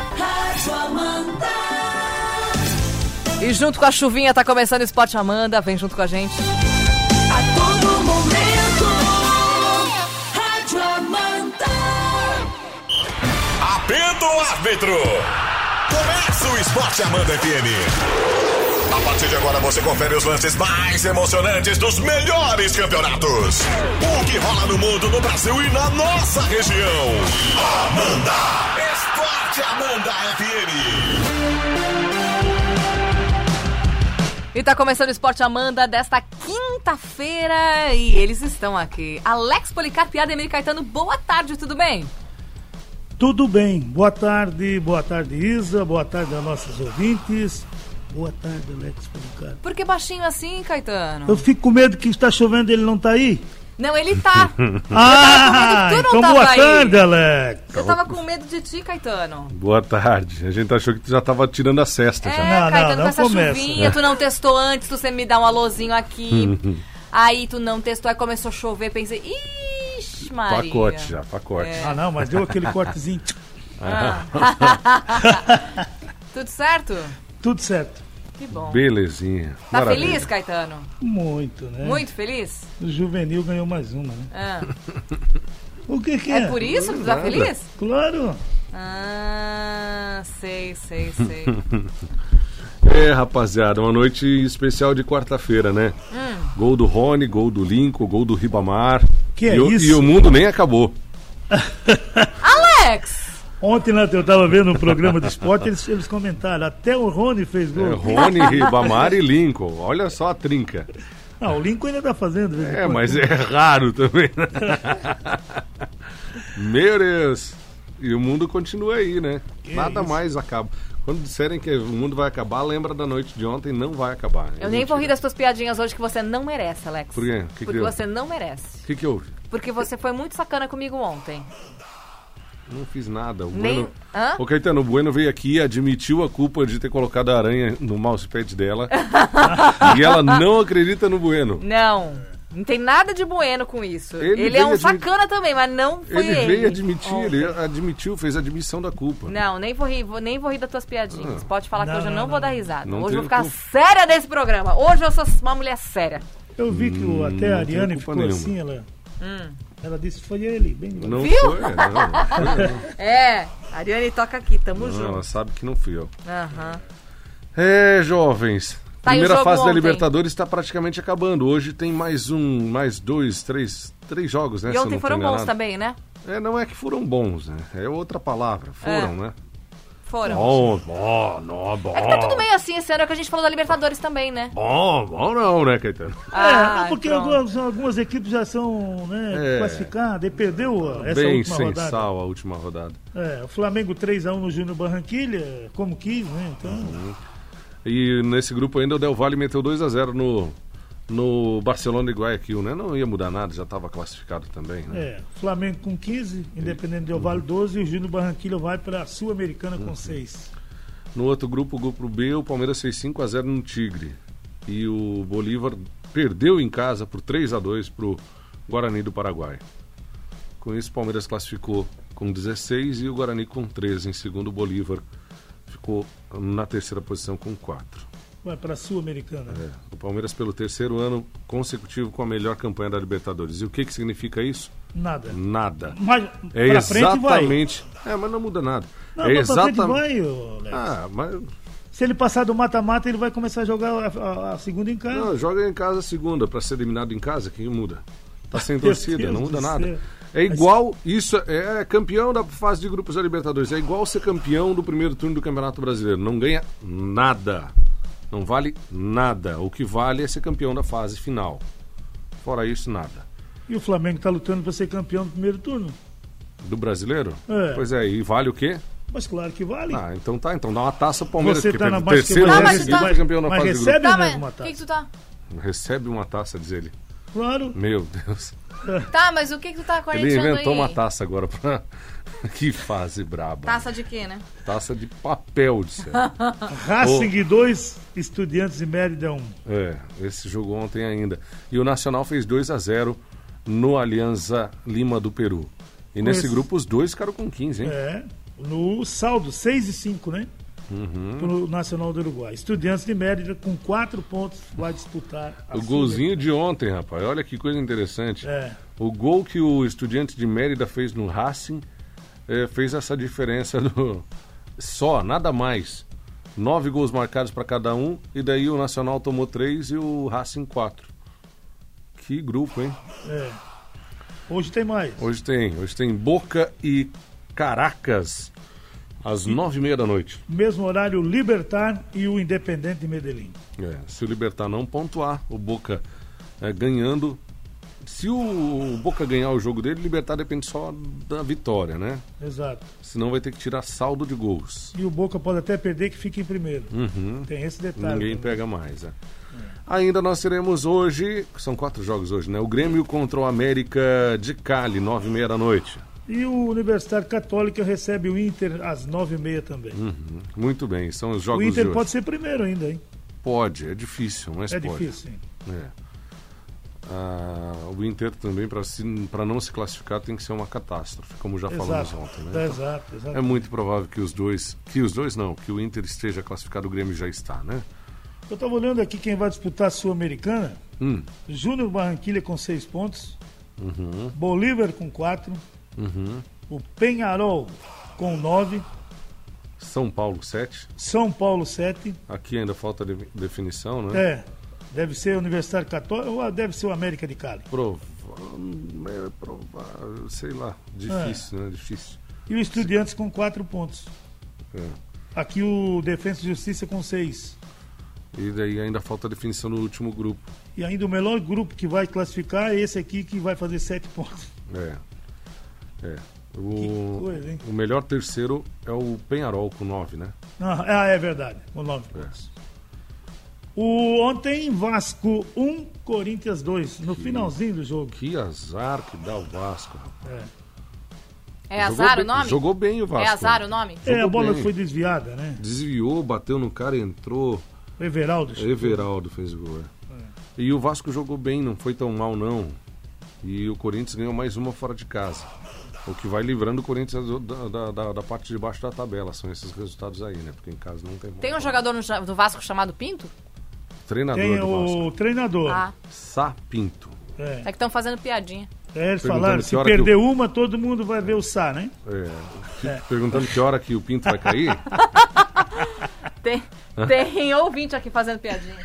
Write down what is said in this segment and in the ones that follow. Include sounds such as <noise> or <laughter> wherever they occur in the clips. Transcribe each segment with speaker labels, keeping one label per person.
Speaker 1: Rádio Amanda.
Speaker 2: E junto com a chuvinha tá começando o Spot Amanda, vem junto com a gente.
Speaker 1: A todo momento. Rádio Amanda.
Speaker 3: Apendo o árbitro! Começa o Esporte Amanda FM! A partir de agora você confere os lances mais emocionantes dos melhores campeonatos. O que rola no mundo, no Brasil e na nossa região. Amanda! Esporte Amanda FM!
Speaker 2: E tá começando o Esporte Amanda desta quinta-feira e eles estão aqui. Alex Policarpo e Ademir Caetano, boa tarde, tudo bem?
Speaker 4: Tudo bem, boa tarde, boa tarde Isa, boa tarde a nossos ouvintes, boa tarde Alex Policarpo.
Speaker 2: Por que baixinho assim, Caetano?
Speaker 4: Eu fico com medo que está chovendo e ele não está aí.
Speaker 2: Não, ele tá.
Speaker 4: Ah,
Speaker 2: medo que <laughs> tu não
Speaker 4: então boa
Speaker 2: tava aí.
Speaker 4: tarde Alex.
Speaker 2: Eu tava com medo de ti, Caetano.
Speaker 5: Boa tarde. A gente achou que tu já tava tirando a cesta
Speaker 2: É,
Speaker 5: já.
Speaker 4: não,
Speaker 2: Caetano,
Speaker 4: não
Speaker 2: com essa
Speaker 4: começa.
Speaker 2: chuvinha, tu não testou antes, tu sempre me dá um alôzinho aqui. aí tu não testou, aí começou a chover, pensei, ixi, Maria.
Speaker 5: Pacote já, tá pacote.
Speaker 2: É.
Speaker 4: Ah não, mas deu aquele cortezinho, tchic,
Speaker 2: Tudo certo?
Speaker 4: tudo certo.
Speaker 2: Que bom.
Speaker 5: Belezinha.
Speaker 2: Tá
Speaker 5: Maravilha.
Speaker 2: feliz, Caetano?
Speaker 4: Muito, né?
Speaker 2: Muito feliz?
Speaker 4: O Juvenil ganhou mais uma, né?
Speaker 2: Ah.
Speaker 4: O que que é?
Speaker 2: É por isso que tu tá
Speaker 5: Nada.
Speaker 2: feliz?
Speaker 4: Claro,
Speaker 2: Ah, sei, sei, sei.
Speaker 5: <laughs> É, rapaziada, uma noite especial de quarta-feira, né?
Speaker 2: Hum.
Speaker 5: Gol do Rony, gol do Lincoln, gol do Ribamar.
Speaker 4: Que é
Speaker 5: e, o-
Speaker 4: isso?
Speaker 5: e o mundo nem acabou.
Speaker 2: Alex!
Speaker 4: ontem lá eu tava vendo um programa de esporte, eles, eles comentaram, até o Rony fez
Speaker 5: É,
Speaker 4: gol.
Speaker 2: <laughs>
Speaker 5: Rony, Ribamar e Lincoln. Olha só a trinca.
Speaker 4: Ah, o Lincoln ainda tá fazendo. de vez em
Speaker 5: É,
Speaker 4: quando.
Speaker 5: mas é raro também. né? Meu Deus. E o mundo continua aí, né? Nada
Speaker 4: isso.
Speaker 5: mais acaba. Quando disserem que o mundo vai acabar, lembra da noite de ontem, não vai acabar. É
Speaker 2: Eu nem vou rir
Speaker 5: mentira.
Speaker 2: das tuas piadinhas hoje que você não merece, Alex.
Speaker 5: Por quê? Que que
Speaker 2: Porque
Speaker 5: deu?
Speaker 2: você não merece.
Speaker 5: O que, que houve?
Speaker 2: Porque você foi muito sacana comigo ontem.
Speaker 5: Não fiz nada. O
Speaker 2: Nem-
Speaker 5: Bueno...
Speaker 2: Hã?
Speaker 5: O Caetano, o Bueno veio aqui e admitiu a culpa de ter colocado a aranha no
Speaker 2: <laughs>
Speaker 5: mousepad dela. e ela não acredita no Bueno.
Speaker 2: Não. Não tem nada de bueno com isso. Ele,
Speaker 5: Ele
Speaker 2: é
Speaker 5: veio
Speaker 2: um
Speaker 5: admi-
Speaker 2: sacana também, mas não foi
Speaker 5: Ele
Speaker 2: ele.
Speaker 5: veio admitir,
Speaker 2: ontem.
Speaker 5: ele admitiu, fez admissão da culpa.
Speaker 2: Não, nem vou rir, vou- nem vou rir das tuas piadinhas. Pode falar que
Speaker 4: Não,
Speaker 2: hoje eu não,
Speaker 4: não,
Speaker 2: vou
Speaker 4: não.
Speaker 2: dar risada.
Speaker 5: Ah. Não
Speaker 2: hoje eu vou ficar
Speaker 5: tenho
Speaker 2: séria nesse programa. Hoje eu sou uma mulher séria.
Speaker 4: Eu vi que o- até a
Speaker 5: Hum, não tenho
Speaker 4: Ariane
Speaker 5: culpa
Speaker 4: ficou
Speaker 5: nenhuma.
Speaker 4: assim, ela.
Speaker 2: Hum.
Speaker 4: Ela disse que foi ele, bem
Speaker 5: Não
Speaker 2: Viu?
Speaker 5: foi, não.
Speaker 2: É, a Ariane toca aqui, tamo
Speaker 5: Não, ela
Speaker 2: junto.
Speaker 5: sabe que não fui eu.
Speaker 2: Aham.
Speaker 5: É, jovens.
Speaker 2: Tá, e o
Speaker 5: primeira
Speaker 2: jogo
Speaker 5: fase da
Speaker 2: ontem?
Speaker 5: Libertadores está praticamente acabando. Hoje tem mais um, mais dois, três, três jogos, né?
Speaker 2: E
Speaker 5: se eu
Speaker 2: ontem
Speaker 5: não tô
Speaker 2: foram bons
Speaker 5: enganado.
Speaker 2: também, né?
Speaker 5: É, não é que foram bons, né? É outra palavra. Foram, né?
Speaker 2: Foram.
Speaker 5: Bom, bom, não, bom.
Speaker 2: É que tá tudo meio assim esse ano, é que a gente falou da Libertadores também, né?
Speaker 5: Bom, bom não, né, Caetano?
Speaker 4: É,
Speaker 2: Ah,
Speaker 4: não, porque
Speaker 2: pronto.
Speaker 4: algumas, algumas equipes já são né,
Speaker 5: É.
Speaker 4: classificadas e perdeu essa é
Speaker 5: Bem
Speaker 4: última
Speaker 5: sem
Speaker 4: rodada.
Speaker 5: sal a última rodada.
Speaker 4: É, o Flamengo 3x1 no Júnior Barranquilha, como quis, né? Então,
Speaker 5: Uhum. E nesse grupo ainda o Del Valle meteu 2 a 0 no, no Barcelona e Guayaquil, né? Não ia mudar nada, já estava classificado também, né?
Speaker 4: é, Flamengo com 15, Independente do Vale 12 e o Júnior Barranquilha vai para a Sul-Americana
Speaker 5: Uhum.
Speaker 4: com 6.
Speaker 5: No outro grupo, o grupo B, o Palmeiras fez 5 a 0 no Tigre. E o Bolívar perdeu em casa por 3 a 2 pro Guarani do Paraguai. Com isso, o Palmeiras classificou com 16 e o Guarani com 13 em segundo. O Bolívar ficou na terceira posição com 4.
Speaker 4: Vai para a Sul-Americana.
Speaker 5: O Palmeiras pelo terceiro ano consecutivo com a melhor campanha da Libertadores. E o que, que significa isso?
Speaker 4: Nada.
Speaker 5: Nada.
Speaker 4: Mas
Speaker 5: Uhum. É
Speaker 4: para frente vai.
Speaker 5: exatamente. É, mas não muda nada.
Speaker 4: Não,
Speaker 5: é
Speaker 4: mas pra frente
Speaker 5: exatamente.
Speaker 4: vai, ô, Alex.
Speaker 5: Ah, mas
Speaker 4: Se ele passar do mata-mata, ele vai começar a jogar a, a- a segunda em casa.
Speaker 5: não, joga em casa a segunda para ser eliminado em casa, quem muda? Tá sem
Speaker 4: <laughs> Meu
Speaker 5: torcida,
Speaker 4: Deus
Speaker 5: não
Speaker 4: do
Speaker 5: muda
Speaker 4: céu.
Speaker 5: nada. É igual, isso é, é campeão da fase de grupos da Libertadores, é igual ser campeão do primeiro turno do Campeonato Brasileiro, não ganha nada. Não vale nada. O que vale é ser campeão da fase final. Fora isso, nada.
Speaker 4: E o Flamengo está lutando para ser campeão do primeiro turno.
Speaker 5: Do brasileiro?
Speaker 4: É.
Speaker 5: Pois é, e vale o quê?
Speaker 4: Mas claro que vale.
Speaker 5: Ah, então tá, então dá uma taça ao Palmeiras,
Speaker 4: Você
Speaker 5: que
Speaker 4: tá na
Speaker 5: perde o
Speaker 4: base que
Speaker 5: terceiro
Speaker 4: você
Speaker 5: ano
Speaker 2: vai-
Speaker 5: seguido
Speaker 2: Mas
Speaker 5: foi campeão da
Speaker 4: mas
Speaker 5: fase
Speaker 4: recebe-
Speaker 2: Tá,
Speaker 4: Não,
Speaker 2: mas
Speaker 4: não,
Speaker 2: o que, que tu tá?
Speaker 5: de grupo. Recebe uma taça, diz ele.
Speaker 4: Claro.
Speaker 5: Meu Deus.
Speaker 2: Tá, mas o que, que tu tá
Speaker 5: Ele
Speaker 2: quarenteando
Speaker 5: inventou
Speaker 2: aí?
Speaker 5: uma taça agora pra... <laughs> Que fase braba.
Speaker 4: Tá.
Speaker 2: Taça de quê, né?
Speaker 5: Taça de papel,
Speaker 4: <laughs>
Speaker 5: disseram.
Speaker 4: Racing 2, Estudiantes e Mérida 1.
Speaker 5: é, esse jogo ontem ainda. E o Nacional fez 2 a 0 no Alianza Lima do Peru. E nesse
Speaker 4: Esse.
Speaker 5: grupo os dois ficaram com 15, hein?
Speaker 4: É. no saldo, 6 e 5, né?
Speaker 5: Uhum.
Speaker 4: Para o Nacional do Uruguai. Estudiantes de Mérida, com 4 pontos, vai disputar a
Speaker 5: O
Speaker 4: né?
Speaker 5: golzinho de ontem, rapaz. Olha que coisa interessante.
Speaker 4: É.
Speaker 5: O gol que o Estudiante de Mérida fez no Racing eh, fez essa diferença <laughs> do só, nada mais. Nove gols marcados para cada um e daí o Nacional tomou três e o Racing quatro. Que grupo, hein?
Speaker 4: Hoje tem mais.
Speaker 5: Hoje tem, hoje tem Boca e Caracas às nove e meia da noite.
Speaker 4: Mesmo horário, o Libertar e o Independente de Medellín.
Speaker 5: É, se o Libertar não pontuar, o Boca é, ganhando. Se o, o Boca ganhar o jogo dele, o Libertar depende só da vitória, né?
Speaker 4: Exato.
Speaker 5: Senão vai ter que tirar saldo de gols.
Speaker 4: E o Boca pode até perder que fica em primeiro. Tem esse detalhe.
Speaker 5: Uhum. Ninguém
Speaker 4: também.
Speaker 5: pega mais, né? Ainda nós teremos hoje, são quatro jogos hoje, né? O Grêmio contra o América de Cali, nove e meia da noite.
Speaker 4: E o Universitário Católica recebe o Inter às nove e meia também.
Speaker 5: Muito bem, são os
Speaker 4: o
Speaker 5: jogos de
Speaker 4: Inter
Speaker 5: hoje.
Speaker 4: pode ser primeiro ainda, hein?
Speaker 5: Pode, é difícil, mas
Speaker 4: É
Speaker 5: pode.
Speaker 4: difícil, hein?
Speaker 5: É. Ah, o Inter também, para não se classificar, tem que ser uma catástrofe, como já falamos
Speaker 4: Exato.
Speaker 5: ontem. Né?
Speaker 4: Exato, exato.
Speaker 5: É muito provável que os dois, que os dois não, que o Inter esteja classificado, o Grêmio já está, né?
Speaker 4: Eu tava olhando aqui quem vai disputar a Sul-Americana.
Speaker 5: Hum.
Speaker 4: Júnior Barranquilha com seis pontos.
Speaker 5: Uhum.
Speaker 4: Bolívar com quatro. O Penharol com nove.
Speaker 5: São Paulo 7,
Speaker 4: São Paulo sete.
Speaker 5: aqui ainda falta de- definição, né?
Speaker 4: É. Deve ser o Universitário Católica ou deve ser o América de Cali.
Speaker 5: Provável, é provável, sei lá,
Speaker 4: É.
Speaker 5: difícil, né? Difícil.
Speaker 4: E o Estudiantes com quatro pontos.
Speaker 5: É.
Speaker 4: Aqui o Defensa e Justiça com seis.
Speaker 5: E daí ainda falta definição no último grupo.
Speaker 4: E ainda o melhor grupo que vai classificar é esse aqui que vai fazer sete pontos.
Speaker 5: É. É.
Speaker 4: Que
Speaker 5: O,
Speaker 4: coisa, hein?
Speaker 5: o melhor terceiro é o Penharol com 9, né?
Speaker 4: Ah, é, é verdade. O nove pontos.
Speaker 5: É.
Speaker 4: O ontem Vasco 1, um, Corinthians 2, no finalzinho do jogo.
Speaker 5: Que azar que dá o Vasco, rapaz.
Speaker 2: É
Speaker 5: Jogou
Speaker 2: azar
Speaker 5: bem-
Speaker 2: o nome?
Speaker 5: Jogou bem o
Speaker 2: É
Speaker 5: Vasco.
Speaker 2: azar o nome?
Speaker 4: É, a
Speaker 5: Jogou
Speaker 4: bola
Speaker 5: bem.
Speaker 4: foi desviada, né?
Speaker 5: Desviou, bateu no cara e entrou.
Speaker 4: O Everaldo.
Speaker 5: É Everaldo fez o gol. é. E o Vasco jogou bem, não foi tão mal não. E o Corinthians ganhou mais uma fora de casa. O que vai livrando o Corinthians da, da- da- da parte de baixo da tabela. São esses resultados aí, né? Porque em casa não tem.
Speaker 2: Tem um jogador no ja- do Vasco chamado Pinto?
Speaker 5: Treinador
Speaker 4: Tem
Speaker 5: do Vasco.
Speaker 4: o treinador.
Speaker 2: Ah,
Speaker 5: Sapinto.
Speaker 4: É,
Speaker 2: é que estão fazendo piadinha.
Speaker 4: é, eles
Speaker 5: Perguntando
Speaker 4: falaram,
Speaker 5: que
Speaker 4: se
Speaker 5: hora que
Speaker 4: perder uma, todo mundo vai ver o Sá, né?
Speaker 5: É. Perguntando que hora que o Pinto
Speaker 4: <laughs>
Speaker 5: vai cair. <laughs>
Speaker 2: Tem, tem ouvinte aqui fazendo piadinha.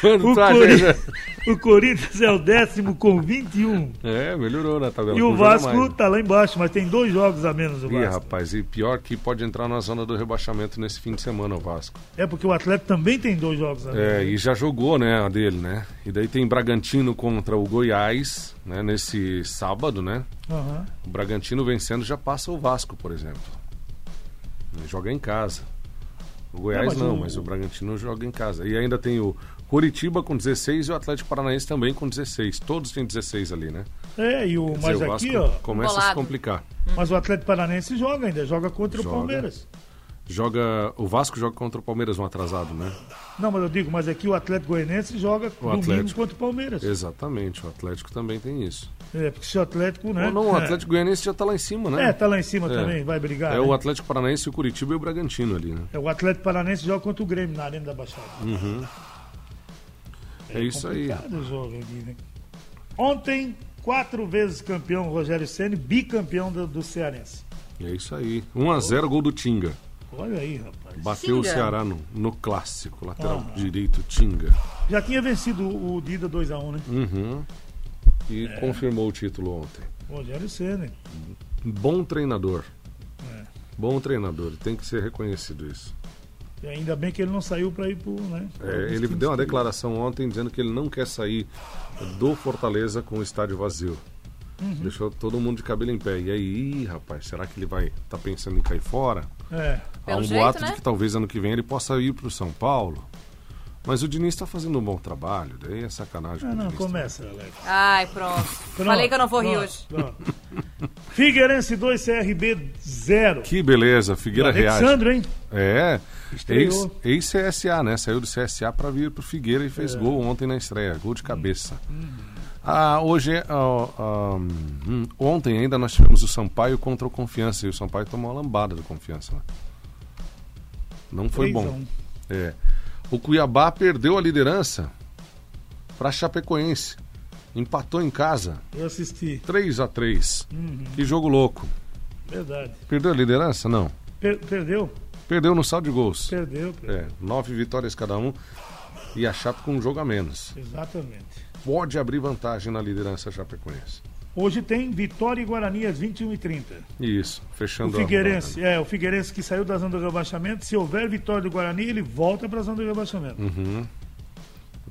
Speaker 5: Quando
Speaker 4: O,
Speaker 5: tá,
Speaker 4: Cori-
Speaker 5: gente?
Speaker 4: <laughs> o Corinthians é o décimo com 21.
Speaker 5: É, melhorou na tabela.
Speaker 4: E o
Speaker 5: Um jogo a mais.
Speaker 4: Vasco tá lá embaixo, mas tem dois jogos a menos o
Speaker 5: Ih,
Speaker 4: Vasco.
Speaker 5: rapaz, e pior que pode entrar na zona do rebaixamento nesse fim de semana o Vasco.
Speaker 4: É porque o Atlético também tem dois jogos a menos.
Speaker 5: É, e já jogou, né, a dele, né? E daí tem Bragantino contra o Goiás, né, nesse sábado, né?
Speaker 4: Aham.
Speaker 5: O Bragantino vencendo já passa o Vasco, por exemplo. Ele joga em casa. O Goiás
Speaker 4: mas
Speaker 5: não,
Speaker 4: o-
Speaker 5: mas o Bragantino joga em casa. E ainda tem o Curitiba com 16 e o Atlético Paranaense também com 16. Todos têm 16 ali, né?
Speaker 4: É, e o,
Speaker 5: Quer
Speaker 4: mas
Speaker 5: dizer, o
Speaker 4: aqui, ó,
Speaker 5: Vasco começa a se
Speaker 2: Bolado.
Speaker 5: complicar.
Speaker 4: mas o Atlético Paranense joga ainda, joga contra
Speaker 5: Joga.
Speaker 4: o Palmeiras.
Speaker 5: Joga, o Vasco joga contra o Palmeiras um atrasado, né?
Speaker 4: Não, mas eu digo, mas aqui o Atlético Goianense joga domingo
Speaker 5: Atlético.
Speaker 4: contra o Palmeiras.
Speaker 5: Exatamente, o Atlético também tem isso.
Speaker 4: É, porque se o Atlético, né?
Speaker 5: Ou não, o
Speaker 4: é.
Speaker 5: Atlético Goianiense já tá lá em cima, né?
Speaker 4: É, tá lá em cima
Speaker 5: É.
Speaker 4: também, vai brigar.
Speaker 5: É
Speaker 4: né?
Speaker 5: o Atlético Paranaense, o Curitiba e o Bragantino ali, né?
Speaker 4: É, o Atlético Paranense joga contra o Grêmio na Arena da Baixada.
Speaker 5: É, isso aí.
Speaker 4: Complicado o jogo aqui, né? Ontem, quatro vezes campeão Rogério Ceni, bicampeão do, do Cearense.
Speaker 5: É isso aí. 1x0 gol do Tinga.
Speaker 4: Olha aí, rapaz.
Speaker 5: Bateu o
Speaker 2: Tinga.
Speaker 5: Ceará no, no clássico, lateral
Speaker 4: Aham.
Speaker 5: direito, Tinga.
Speaker 4: Já tinha vencido o, o Dida 2x1, né?
Speaker 5: Hum. E confirmou o título ontem.
Speaker 4: Rogério Ceni.
Speaker 5: Bom treinador. É. Bom treinador, tem que ser reconhecido isso.
Speaker 4: E ainda bem que ele não saiu pra ir pro. Né,
Speaker 5: É, ele deu uma declaração ontem dizendo que ele não quer sair do Fortaleza com o estádio vazio. Deixou todo mundo de cabelo em pé. E aí, ih, rapaz, será que ele vai tá pensando em cair fora?
Speaker 4: É.
Speaker 5: Há um
Speaker 2: Pelo jeito,
Speaker 5: boato
Speaker 2: né?
Speaker 5: de que talvez ano que vem ele possa ir para o São Paulo. Mas o Diniz está fazendo um bom trabalho, daí é sacanagem.
Speaker 4: Ah,
Speaker 5: com o
Speaker 4: não,
Speaker 5: Diniz também.
Speaker 4: começa, Alex.
Speaker 2: Ai, pronto. Falei que eu não vou rir hoje.
Speaker 4: Figueirense 2, CRB 0.
Speaker 5: Que beleza, Figueira Reais.
Speaker 4: Alexandre, hein?
Speaker 5: É,
Speaker 4: Estreou. É.
Speaker 5: ex-
Speaker 4: Hum.
Speaker 5: ex-CSA, né? Saiu do CSA para vir pro Figueira e fez gol ontem na estreia, gol de cabeça. Ah, hoje, é, ah, ah, hum, ontem ainda nós tivemos o Sampaio contra o Confiança. E o Sampaio tomou uma lambada do Confiança. né? Não foi
Speaker 4: 3 a
Speaker 5: bom.
Speaker 4: 1.
Speaker 5: É. O Cuiabá perdeu a liderança para Chapecoense. Empatou em casa.
Speaker 4: Eu assisti,
Speaker 5: 3 a 3
Speaker 4: Uhum.
Speaker 5: Que jogo louco.
Speaker 4: verdade.
Speaker 5: Perdeu a liderança? Não.
Speaker 4: Per- perdeu?
Speaker 5: Perdeu no saldo de gols.
Speaker 4: Perdeu, perdeu.
Speaker 5: É, nove vitórias cada um. E a Chape com um jogo a menos.
Speaker 4: Exatamente.
Speaker 5: Pode abrir vantagem na liderança Chapecoense.
Speaker 4: Hoje tem Vitória e Guarani às 21h30.
Speaker 5: Isso, fechando
Speaker 4: O Figueirense, é, o Figueirense que saiu da zona do rebaixamento. Se houver vitória do Guarani, ele volta para a zona do rebaixamento.
Speaker 5: a rodada.
Speaker 4: O
Speaker 5: Tem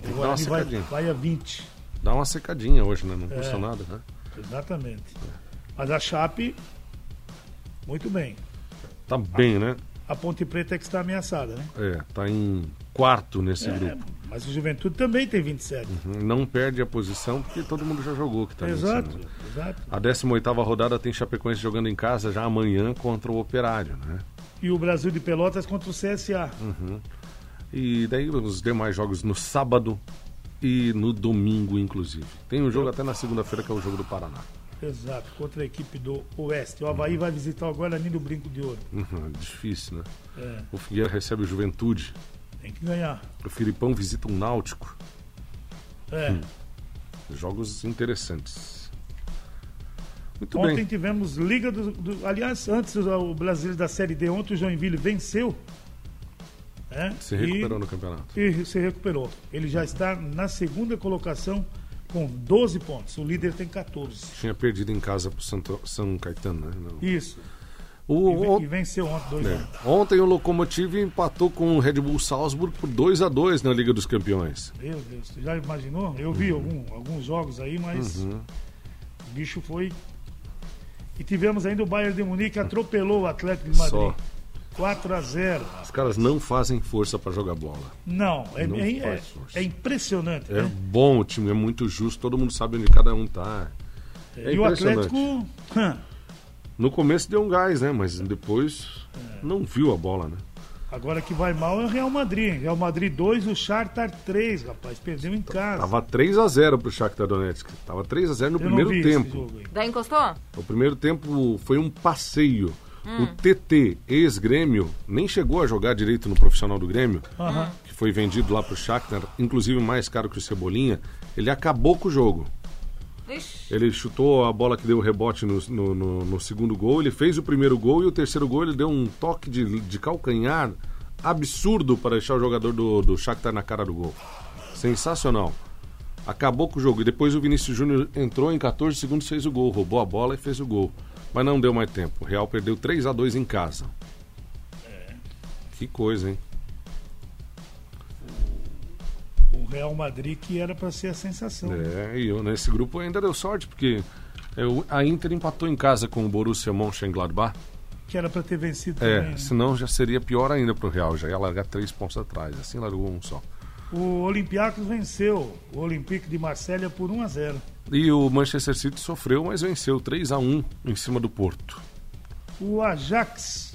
Speaker 5: que dar uma
Speaker 4: Guarani vai, É.
Speaker 5: secadinha.
Speaker 4: vai a 20.
Speaker 5: Dá uma secadinha hoje, né? Não custa nada, né?
Speaker 4: Exatamente. Mas a Chape, muito bem.
Speaker 5: Tá bem, né?
Speaker 4: A Ponte Preta é que está ameaçada, né?
Speaker 5: É, tá em quarto nesse grupo.
Speaker 4: É, mas o Juventude também tem 27.
Speaker 5: Não perde a posição porque todo mundo já jogou que tá nesse
Speaker 4: exato,
Speaker 5: grupo.
Speaker 4: exato.
Speaker 5: A 18 rodada tem Chapecoense jogando em casa já amanhã contra o Operário, né?
Speaker 4: E o Brasil de Pelotas contra o CSA.
Speaker 5: Hum. E daí os demais jogos no sábado e no domingo, inclusive. Tem um jogo até na segunda-feira que é o jogo do Paraná.
Speaker 4: Exato, contra a equipe do Oeste. O Havaí
Speaker 5: Hum.
Speaker 4: vai visitar o Guarani do Brinco de Ouro.
Speaker 5: Uhum, Difícil, né?
Speaker 4: É,
Speaker 5: O Figueira recebe o Juventude.
Speaker 4: tem que ganhar.
Speaker 5: O Filipão visita o Náutico.
Speaker 4: É.
Speaker 5: Hum. Jogos interessantes. Muito
Speaker 4: Ontem
Speaker 5: bem.
Speaker 4: tivemos Liga do, do- Aliás, antes o Brasileiro da Série D, ontem o Joinville venceu. né?
Speaker 5: Se
Speaker 4: E-
Speaker 5: recuperou no campeonato.
Speaker 4: E se recuperou. Ele já está na segunda colocação com 12 pontos. O líder tem 14.
Speaker 5: Tinha perdido em casa pro Santo, São Caetano, né? Não.
Speaker 4: Isso.
Speaker 5: O-
Speaker 4: E, ve-
Speaker 5: o-
Speaker 4: e venceu ontem um. 2
Speaker 5: é. Ontem o Lokomotiv empatou com o Red Bull Salzburg por 2 a 2 na Liga dos Campeões.
Speaker 4: Meu Deus, tu já imaginou? Eu vi algum- alguns jogos aí, mas
Speaker 5: Uhum.
Speaker 4: o bicho foi. E tivemos ainda o Bayern de Munique atropelou o Atlético de Madrid.
Speaker 5: Só.
Speaker 4: 4 a 0
Speaker 5: Os caras não fazem força pra jogar bola.
Speaker 4: Não, é,
Speaker 5: Não
Speaker 4: é-
Speaker 5: faz
Speaker 4: é-
Speaker 5: força.
Speaker 4: é impressionante.
Speaker 5: É
Speaker 4: né?
Speaker 5: bom o time, é muito justo, todo mundo sabe onde cada um tá. É
Speaker 4: e o
Speaker 5: impressionante.
Speaker 4: Atlético. hã,
Speaker 5: No começo deu um gás, né? Mas depois
Speaker 4: É.
Speaker 5: não viu a bola, né?
Speaker 4: Agora que vai mal é o Real Madrid. hein? Real Madrid 2, o Shakhtar 3, rapaz. Perdeu em casa.
Speaker 5: Tava 3 a 0 pro Shakhtar Donetsk. Tava 3 a 0
Speaker 4: Eu
Speaker 5: no
Speaker 4: não
Speaker 5: primeiro
Speaker 4: vi esse
Speaker 5: tempo.
Speaker 4: jogo aí.
Speaker 2: Daí encostou?
Speaker 5: O primeiro tempo foi um passeio. O TT, ex-grêmio, nem chegou a jogar direito no profissional do Grêmio,
Speaker 4: Aham.
Speaker 5: que foi vendido lá pro Shakhtar, inclusive mais caro que o Cebolinha. Ele acabou com o jogo.
Speaker 2: Ixi.
Speaker 5: Ele chutou a bola que deu o rebote no, no- no- no segundo gol, ele fez o primeiro gol e o terceiro gol ele deu um toque de, de calcanhar absurdo para deixar o jogador do, do Shakhtar na cara do gol. Sensacional. Acabou com o jogo. E depois o Vinícius Júnior entrou em 14 segundos, fez o gol, roubou a bola e fez o gol. Mas não deu mais tempo. O Real perdeu 3 a 2 em casa. Que coisa, hein?
Speaker 4: O Real Madrid que era pra ser a sensação. né?
Speaker 5: É, e eu, nesse grupo ainda deu sorte, porque é, o- a Inter empatou em casa com o Borussia Mönchengladbach.
Speaker 4: Que era pra ter vencido também.
Speaker 5: É,
Speaker 4: né?
Speaker 5: senão já seria pior ainda pro Real, já ia largar três pontos atrás, assim largou um só.
Speaker 4: O Olympiacos venceu o Olympique de Marselha por 1 a 0
Speaker 5: E o Manchester City sofreu, mas venceu 3 a 1 em cima do Porto.
Speaker 4: O Ajax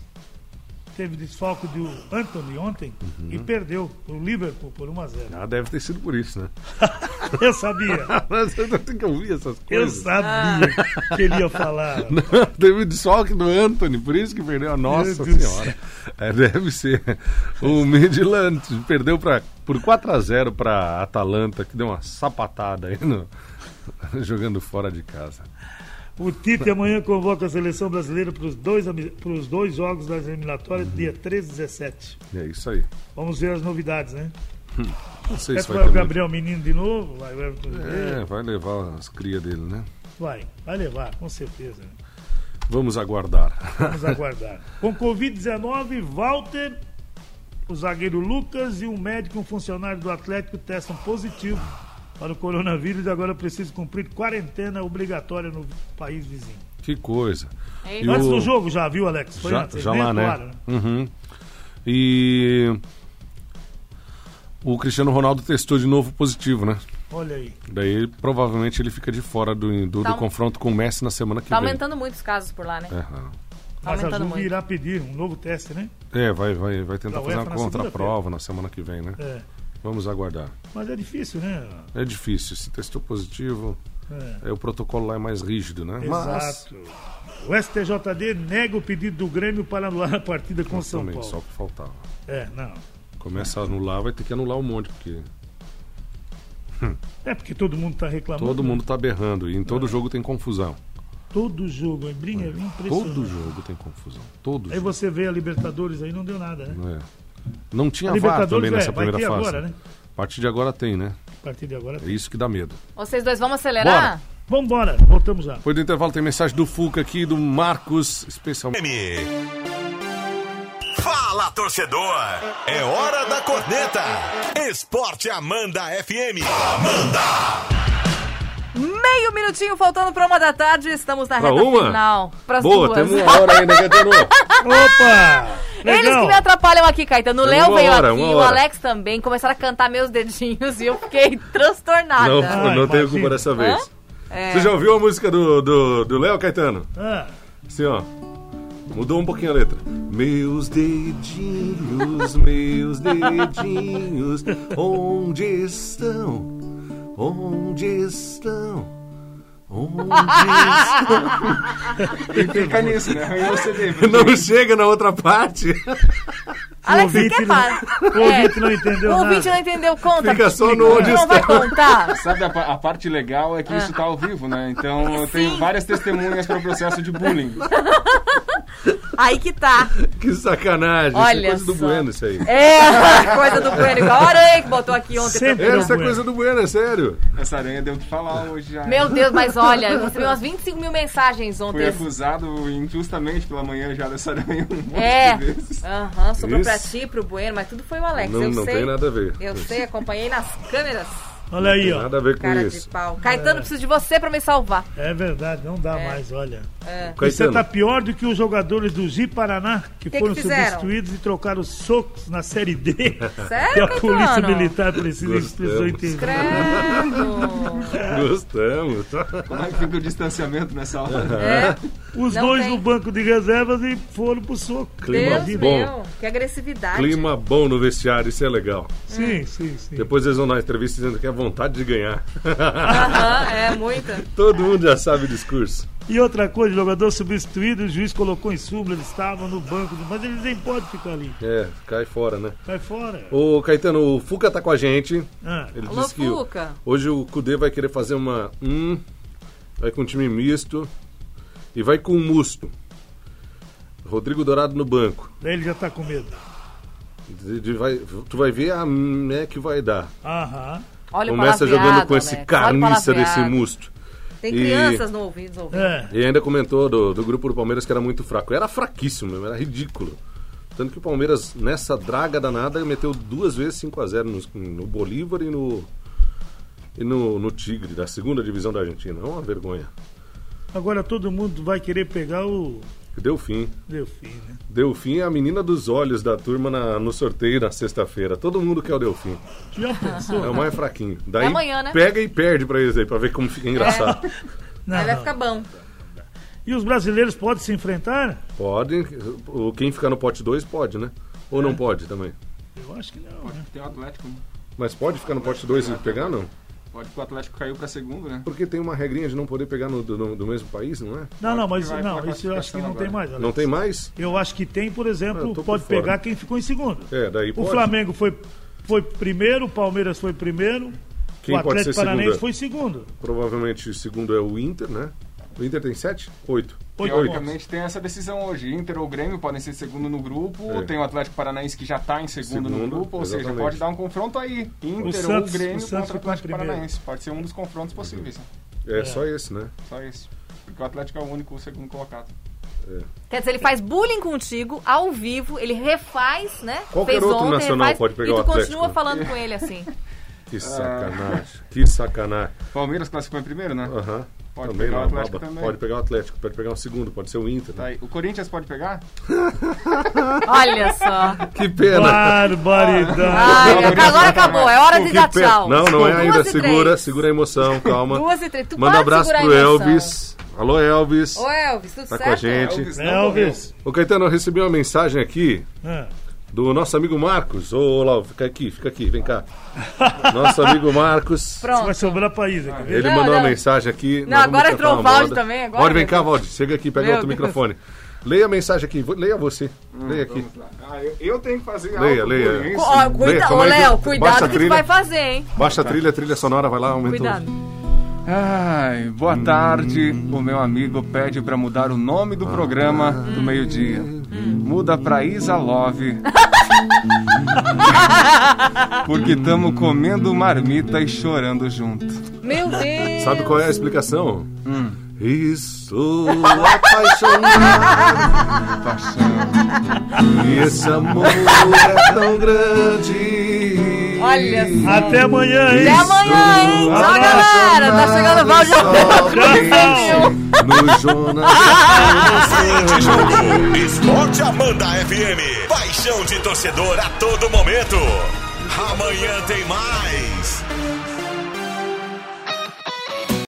Speaker 4: teve desfalco do Anthony ontem e perdeu o Liverpool por 1 a 0
Speaker 5: Uhum. Ah, deve ter sido por isso, né? <laughs>
Speaker 4: Eu sabia,
Speaker 5: Mas eu tenho que ouvir essas
Speaker 4: eu
Speaker 5: <laughs> coisas.
Speaker 4: sabia
Speaker 5: Ah.
Speaker 4: que ele ia falar.
Speaker 5: <laughs> Teve o desfalque do Anthony, por isso que perdeu a nossa
Speaker 4: Meu Deus
Speaker 5: senhora. É, deve ser. O Midland perdeu pra, por 4 a 0 para Atalanta, que deu uma sapatada aí no- <laughs> jogando fora de casa.
Speaker 4: O Tite amanhã convoca a seleção brasileira para os dois, ami- pros dois jogos das eliminatórias,
Speaker 5: Uhum.
Speaker 4: dia 13 e 17.
Speaker 5: É isso aí.
Speaker 4: Vamos ver as novidades, né?
Speaker 5: Não sei
Speaker 4: É
Speaker 5: se vai
Speaker 4: vai o
Speaker 5: ter muito-
Speaker 4: Gabriel Menino de novo, vai o Everton Ribeiro.
Speaker 5: É, vai levar as cria dele, né?
Speaker 4: Vai, vai levar, com certeza. né?
Speaker 5: Vamos aguardar.
Speaker 4: Vamos aguardar. Com Covid-19, Walter, o zagueiro Lucas e um médico e um funcionário do Atlético testam positivo para o coronavírus e agora precisam cumprir quarentena obrigatória no país vizinho.
Speaker 5: Que coisa.
Speaker 2: É
Speaker 5: E
Speaker 4: Antes
Speaker 5: o-
Speaker 4: do jogo já, viu, Alex? Foi
Speaker 5: já,
Speaker 4: antes,
Speaker 5: já
Speaker 4: nem
Speaker 5: lá, né?
Speaker 4: atuaram,
Speaker 5: Uhum. E o Cristiano Ronaldo testou de novo positivo, né?
Speaker 4: Olha aí.
Speaker 5: Daí provavelmente ele fica de fora do, do,
Speaker 2: Tá
Speaker 5: do
Speaker 2: um-
Speaker 5: confronto com o Messi na semana que
Speaker 2: Tá
Speaker 5: vem.
Speaker 2: aumentando muito os casos por lá, né?
Speaker 5: Aham.
Speaker 2: Tá
Speaker 4: Mas a
Speaker 2: aumentando
Speaker 4: Juve
Speaker 2: muito.
Speaker 4: irá pedir um novo teste, né?
Speaker 5: É, vai, vai, vai tentar
Speaker 4: Da
Speaker 5: fazer
Speaker 4: UEFA
Speaker 5: uma
Speaker 4: na
Speaker 5: contraprova na semana que vem, né?
Speaker 4: É.
Speaker 5: Vamos aguardar.
Speaker 4: Mas é difícil, né?
Speaker 5: É difícil. Se testou positivo, Aí o protocolo lá é mais rígido, né? Mas
Speaker 4: Exato. O STJD nega o pedido do Grêmio para anular a partida com São
Speaker 5: também,
Speaker 4: Paulo.
Speaker 5: só o que faltava.
Speaker 4: É, não.
Speaker 5: Começa a anular, vai ter que anular um monte, porque
Speaker 4: É porque todo mundo está reclamando.
Speaker 5: todo mundo tá berrando e em todo jogo tem confusão.
Speaker 4: Todo jogo, hein? Brinha, é impressionante.
Speaker 5: Todo jogo tem confusão. Todo
Speaker 4: Aí
Speaker 5: jogo.
Speaker 4: você vê a Libertadores aí, não deu nada, né?
Speaker 5: É. Não tinha VAR
Speaker 4: Libertadores
Speaker 5: também
Speaker 4: é,
Speaker 5: nessa
Speaker 4: vai
Speaker 5: primeira
Speaker 4: ter
Speaker 5: fase.
Speaker 4: agora, né?
Speaker 5: A partir de agora tem, né?
Speaker 4: A partir de agora.
Speaker 5: É isso que dá medo.
Speaker 2: Vocês dois vamos acelerar?
Speaker 5: Bora.
Speaker 4: Vambora,
Speaker 2: <laughs>
Speaker 4: voltamos já.
Speaker 5: Depois do intervalo tem mensagem do Fuca aqui, do Marcos, especialmente.
Speaker 3: FM. Fala, torcedor! É hora da corneta! Esporte Amanda FM. Amanda!
Speaker 2: Meio minutinho faltando pra uma da tarde, estamos na
Speaker 5: Pra
Speaker 2: reta
Speaker 5: uma?
Speaker 2: final. Pras
Speaker 5: Boa,
Speaker 2: duas. <laughs>
Speaker 5: temos uma hora ainda, Caetano.
Speaker 4: Opa!
Speaker 2: Eles que me atrapalham aqui, Caetano. O
Speaker 5: Tem
Speaker 2: Léo
Speaker 5: É uma
Speaker 2: veio
Speaker 5: hora,
Speaker 2: aqui,
Speaker 5: uma
Speaker 2: o
Speaker 5: hora.
Speaker 2: Alex também. Começaram a cantar meus dedinhos <laughs> e eu fiquei transtornada.
Speaker 5: Não,
Speaker 4: Ah,
Speaker 5: não tenho
Speaker 4: imagina.
Speaker 5: culpa dessa vez.
Speaker 2: É.
Speaker 5: Você já ouviu a música do Léo, do, Léo, Caetano?
Speaker 4: Ah,
Speaker 5: Assim, ó. Mudou um pouquinho a letra. Meus dedinhos, meus dedinhos, onde estão? Onde estão? Onde estão?
Speaker 6: Tem que ficar nisso, né? Arranhou o CD.
Speaker 5: Não chega na outra parte. <laughs>
Speaker 2: Alex, você
Speaker 4: ouvinte
Speaker 2: quer
Speaker 4: não-
Speaker 2: parar?
Speaker 4: o ouvinte não entendeu
Speaker 2: É. O ouvinte
Speaker 4: nada.
Speaker 2: não entendeu, conta.
Speaker 5: Fica só no
Speaker 2: Não,
Speaker 5: onde
Speaker 2: não vai
Speaker 5: está.
Speaker 2: contar.
Speaker 6: Sabe, a, pa- a parte legal é que isso tá ao vivo, né? Então eu
Speaker 2: Sim.
Speaker 6: tenho várias testemunhas para o processo de bullying.
Speaker 2: Aí que tá.
Speaker 5: Que sacanagem. isso é
Speaker 2: Olha
Speaker 5: coisa do
Speaker 2: só.
Speaker 5: Bueno, isso aí.
Speaker 2: É, <laughs> coisa do Bueno, igual a aranha que botou aqui ontem.
Speaker 4: Sempre deu
Speaker 5: Essa é
Speaker 4: bueno.
Speaker 5: coisa do Bueno, é sério.
Speaker 6: Essa aranha deu o que falar hoje já.
Speaker 2: Meu Deus, mas olha, eu recebi umas 25 mil mensagens
Speaker 6: Fui
Speaker 2: ontem.
Speaker 6: acusado injustamente pela manhã já dessa aranha um monte
Speaker 2: É,
Speaker 6: de vezes.
Speaker 2: aham, sobrou pra
Speaker 5: Isso.
Speaker 2: ti, pro Bueno, mas tudo foi o Alex,
Speaker 5: Não,
Speaker 2: É eu
Speaker 5: não
Speaker 2: sei.
Speaker 5: tem nada a ver.
Speaker 2: Eu
Speaker 5: Não
Speaker 2: sei, acompanhei nas câmeras,
Speaker 4: Olha aí,
Speaker 5: tem
Speaker 4: ó.
Speaker 5: nada a ver com
Speaker 2: cara de
Speaker 5: isso. É.
Speaker 2: pau. Caetano, preciso de você pra me salvar.
Speaker 4: É verdade, não dá mais, olha. Você
Speaker 5: Caetano,
Speaker 4: tá pior do que os jogadores do Gi Paraná, que,
Speaker 2: que
Speaker 4: foram
Speaker 2: fizeram?
Speaker 4: substituídos e trocaram socos na Série D. <laughs>
Speaker 5: <laughs>
Speaker 4: que
Speaker 2: Sério,
Speaker 4: a Polícia
Speaker 2: Caetano?
Speaker 4: Militar precisa
Speaker 5: Gostamos.
Speaker 4: precisou entender. <laughs>
Speaker 2: Credo.
Speaker 4: tá-
Speaker 5: gostamos.
Speaker 2: Tá
Speaker 6: Como é que fica o distanciamento nessa hora?
Speaker 2: É,
Speaker 4: Os
Speaker 2: Não
Speaker 4: dois
Speaker 2: tem.
Speaker 4: no banco de reservas e foram pro soco.
Speaker 5: Clima
Speaker 2: Deus
Speaker 5: bom.
Speaker 2: meu, que agressividade.
Speaker 5: Clima bom no vestiário, isso é legal.
Speaker 4: Sim, sim, sim.
Speaker 5: Depois eles vão na entrevista dizendo que é vontade de ganhar. <laughs>
Speaker 2: Aham, é, muita.
Speaker 5: Todo mundo já sabe o discurso.
Speaker 4: E outra coisa, jogador substituído, o juiz colocou em súmula, eles estavam no banco, mas eles nem podem ficar ali.
Speaker 5: É, cai fora, né?
Speaker 4: Vai fora.
Speaker 5: Ô, Caetano, o Fuca tá com a gente.
Speaker 4: Ah,
Speaker 5: Ele
Speaker 2: Alô,
Speaker 5: disse que o-
Speaker 2: Fuca.
Speaker 5: hoje o Kudê vai querer fazer uma. Hum, vai com um time misto e vai com um musto. Rodrigo Dourado no banco.
Speaker 4: ele já tá com medo.
Speaker 5: De- de- vai- tu vai ver a né, que vai dar.
Speaker 4: Aham.
Speaker 2: Olha o
Speaker 5: Começa
Speaker 2: palavreado,
Speaker 5: jogando com
Speaker 2: Alex,
Speaker 5: esse
Speaker 2: olha o
Speaker 5: carniça desse
Speaker 2: palavreado.
Speaker 5: musto.
Speaker 2: Tem
Speaker 5: E-
Speaker 2: crianças no ouvido, nos ouvidos.
Speaker 4: É.
Speaker 5: E ainda comentou do, do grupo do Palmeiras que era muito fraco. Era fraquíssimo, mesmo, era ridículo. Tanto que o Palmeiras, nessa draga danada, meteu duas vezes 5x0 no, no Bolívar e no. E no, no Tigre, da segunda divisão da Argentina. É uma vergonha.
Speaker 4: Agora todo mundo vai querer pegar o
Speaker 5: Deu fim.
Speaker 4: Delfim, né?
Speaker 5: Delfim é a menina dos olhos da turma na- no sorteio na sexta-feira. Todo mundo quer o Delfim.
Speaker 4: Já
Speaker 5: É
Speaker 4: pensou?
Speaker 5: o
Speaker 2: <laughs>
Speaker 5: mais fraquinho. Daí
Speaker 2: amanhã, né? É.
Speaker 5: pega e perde pra eles aí, pra ver como fica engraçado.
Speaker 4: Não,
Speaker 2: Aí vai
Speaker 4: não.
Speaker 2: ficar bom.
Speaker 4: E os brasileiros podem se enfrentar?
Speaker 5: <laughs> Pode. o- Quem ficar no pote 2 pode, né? Ou
Speaker 2: É.
Speaker 5: não pode também.
Speaker 4: Eu acho que não, né?
Speaker 6: Tem o Atlético, né?
Speaker 5: Mas pode ficar no pote 2 e pegar, não?
Speaker 6: Pode que o Atlético caiu pra segundo, né?
Speaker 5: Porque tem uma regrinha de não poder pegar no, do, no- do mesmo país, não é?
Speaker 4: Não, não, mas
Speaker 6: Vai
Speaker 4: não,
Speaker 6: pra
Speaker 4: isso eu acho que não
Speaker 6: classificação
Speaker 4: tem mais. Alex.
Speaker 5: Não tem mais?
Speaker 4: Eu acho que tem, por exemplo,
Speaker 5: Eu tô por
Speaker 4: pode
Speaker 5: fora.
Speaker 4: pegar quem ficou em segundo.
Speaker 5: É, daí
Speaker 4: O
Speaker 5: pode.
Speaker 4: Flamengo foi, foi primeiro, o Palmeiras foi primeiro,
Speaker 5: Quem
Speaker 4: o
Speaker 5: pode
Speaker 4: Atlético
Speaker 5: ser
Speaker 4: Paranaense
Speaker 5: segundo?
Speaker 4: foi segundo.
Speaker 5: Provavelmente o segundo é o Inter, né? O Inter tem sete? Oito.
Speaker 4: Oito pontos.
Speaker 6: Teoricamente tem essa decisão hoje. Inter ou Grêmio podem ser segundo no grupo.
Speaker 5: É.
Speaker 6: Tem o Atlético Paranaense que já tá em segundo, no
Speaker 5: Segundo,
Speaker 6: grupo. Ou seja,
Speaker 5: exatamente.
Speaker 6: pode dar um confronto aí. Inter
Speaker 4: Santos-
Speaker 6: ou Grêmio
Speaker 4: o Santos
Speaker 6: contra o
Speaker 4: ficou em
Speaker 6: Atlético
Speaker 4: primeiro.
Speaker 6: Paranaense. Pode ser um dos confrontos possíveis. né?
Speaker 5: É, só esse, né?
Speaker 6: Só isso. Porque o Atlético é o único segundo colocado.
Speaker 2: Quer dizer, ele faz bullying contigo, ao vivo, ele refaz, né?
Speaker 5: Qualquer
Speaker 2: Fez
Speaker 5: outro
Speaker 2: ontem,
Speaker 5: nacional
Speaker 2: refaz,
Speaker 5: pode pegar
Speaker 2: E
Speaker 5: o
Speaker 2: tu
Speaker 5: Atlético,
Speaker 2: continua
Speaker 5: né?
Speaker 2: falando com ele assim.
Speaker 6: Ah.
Speaker 5: Que sacanagem. Que sacanagem.
Speaker 6: Palmeiras classificou em primeiro, né?
Speaker 5: Aham.
Speaker 6: Pode
Speaker 5: Ah, Também
Speaker 6: pegar o
Speaker 5: não,
Speaker 6: Atlético
Speaker 5: baba.
Speaker 6: também.
Speaker 5: Pode pegar o Atlético, pode pegar um segundo, pode ser o Inter.
Speaker 6: Tá
Speaker 5: Né?
Speaker 6: aí. O Corinthians pode pegar?
Speaker 2: Olha
Speaker 5: <laughs>
Speaker 2: só.
Speaker 5: Que pena.
Speaker 4: Barbaridade.
Speaker 2: Ai, meu, agora acabou, é hora de
Speaker 5: Que
Speaker 2: dar
Speaker 5: pena.
Speaker 2: tchau.
Speaker 5: Não, não é
Speaker 2: Duas
Speaker 5: ainda.
Speaker 2: e três.
Speaker 5: Segura, segura a emoção, calma.
Speaker 2: Duas e três. Tu
Speaker 5: Manda
Speaker 2: para de
Speaker 5: abraço
Speaker 2: segurar
Speaker 5: pro
Speaker 2: a emoção.
Speaker 5: Elvis. Alô, Elvis.
Speaker 2: Ô, Elvis, tudo
Speaker 5: Tá
Speaker 2: certo?
Speaker 5: com a gente.
Speaker 6: Elvis não morreu.
Speaker 4: Elvis.
Speaker 2: É.
Speaker 5: Ô, Caetano, eu recebi uma mensagem aqui
Speaker 4: Ah,
Speaker 5: do nosso amigo Marcos. Ô, Lau, fica aqui, fica aqui, vem cá. Nosso amigo Marcos.
Speaker 2: Pronto.
Speaker 4: Vai um sobrar pra Isa, quer ver?
Speaker 5: Ele
Speaker 2: Não,
Speaker 5: mandou
Speaker 2: não.
Speaker 5: uma mensagem aqui.
Speaker 2: Não,
Speaker 5: nós vamos
Speaker 2: agora
Speaker 5: cantar
Speaker 2: entrou
Speaker 5: uma
Speaker 2: o Valde
Speaker 5: moda.
Speaker 2: também, agora.
Speaker 5: Valde, vem cá, Valde. Chega aqui, pega
Speaker 2: Meu
Speaker 5: outro
Speaker 2: Deus.
Speaker 5: microfone. Leia a mensagem aqui. Vou- Leia você. Leia aqui.
Speaker 6: Vamos lá. Ah, eu, eu tenho que fazer
Speaker 5: Leia,
Speaker 6: algo
Speaker 5: leia.
Speaker 2: Cu-
Speaker 6: por isso.
Speaker 2: ó, cuida-
Speaker 5: Bem,
Speaker 2: Ô,
Speaker 5: calma aí,
Speaker 2: Léo,
Speaker 5: baixa
Speaker 2: cuidado
Speaker 5: a
Speaker 2: que tu
Speaker 5: trilha.
Speaker 2: vai fazer, hein?
Speaker 5: Baixa a trilha, trilha sonora, vai lá, aumenta
Speaker 2: Cuidado.
Speaker 5: o...
Speaker 6: Ai, boa tarde. O meu amigo pede pra mudar o nome do programa do meio-dia. Muda pra Isa Love. Porque tamo comendo marmita e chorando junto.
Speaker 2: Meu Deus.
Speaker 5: Sabe qual é a explicação?
Speaker 6: Hum.
Speaker 5: Estou
Speaker 2: <laughs>
Speaker 5: apaixonado
Speaker 6: Paixão.
Speaker 5: e esse amor é tão grande.
Speaker 2: Olha só.
Speaker 4: Até amanhã, hein?
Speaker 2: Até amanhã, hein? Tchau, galera.
Speaker 5: Abraço,
Speaker 2: Tá chegando o Valde.
Speaker 5: No
Speaker 2: <laughs>
Speaker 5: Jonas...
Speaker 3: Frente de jogo. Esporte Amanda FM. Paixão de torcedor a todo momento. Amanhã tem mais.